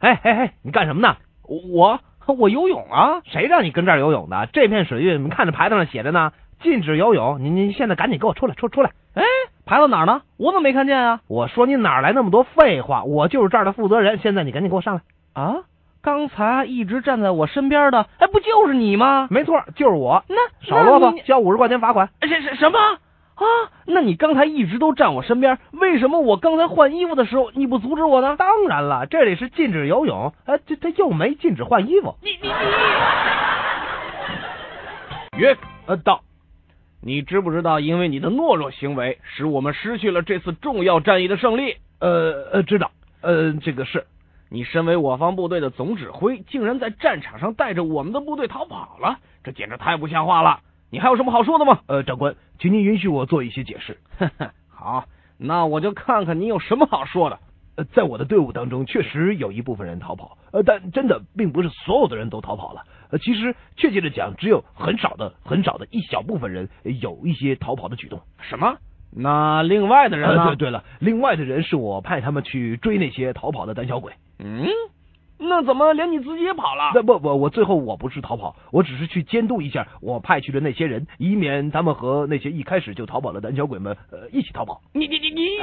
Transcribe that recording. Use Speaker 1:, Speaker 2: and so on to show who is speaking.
Speaker 1: 哎哎哎，你干什么呢？
Speaker 2: 我 我游泳啊，
Speaker 1: 谁让你跟这儿游泳的？这片水域，你看这牌子上写着呢，禁止游泳。你你现在赶紧给我出来，出出来！
Speaker 2: 哎，牌子哪儿呢？我怎么没看见啊？
Speaker 1: 我说你哪儿来那么多废话？我就是这儿的负责人。现在你赶紧给我上来。
Speaker 2: 啊，刚才一直站在我身边的，哎，不就是你吗？
Speaker 1: 没错，就是我。
Speaker 2: 那
Speaker 1: 少啰嗦，
Speaker 2: 那
Speaker 1: 交五十块钱罚款。
Speaker 2: 你什什什么啊？那你刚才一直都站我身边，为什么我刚才换衣服的时候你不阻止我呢？
Speaker 1: 当然了，这里是禁止游泳，呃，这他又没禁止换衣服。
Speaker 2: 你你你！
Speaker 3: 约呃到，你知不知道，因为你的懦弱行为，使我们失去了这次重要战役的胜利？
Speaker 1: 呃呃，知道，呃，这个是
Speaker 3: 你身为我方部队的总指挥，竟然在战场上带着我们的部队逃跑了，这简直太不像话了！你还有什么好说的吗？
Speaker 1: 呃，长官，请您允许我做一些解释。
Speaker 3: 呵呵，好， 那我就看看你有什么好说的。
Speaker 1: 呃，在我的队伍当中，确实有一部分人逃跑，呃，但真的并不是所有的人都逃跑了。呃，其实确切的讲，只有很少的、很少的一小部分人呃有一些逃跑的举动。
Speaker 3: 什么？那另外的人呢？
Speaker 1: 呃对对了，另外的人是我派他们去追那些逃跑的胆小鬼。
Speaker 3: 嗯，那怎么连你自己也跑了？
Speaker 1: 那不不，我最后我不是逃跑，我只是去监督一下我派去的那些人，以免他们和那些一开始就逃跑的胆小鬼们呃一起逃跑。
Speaker 3: 你你你你！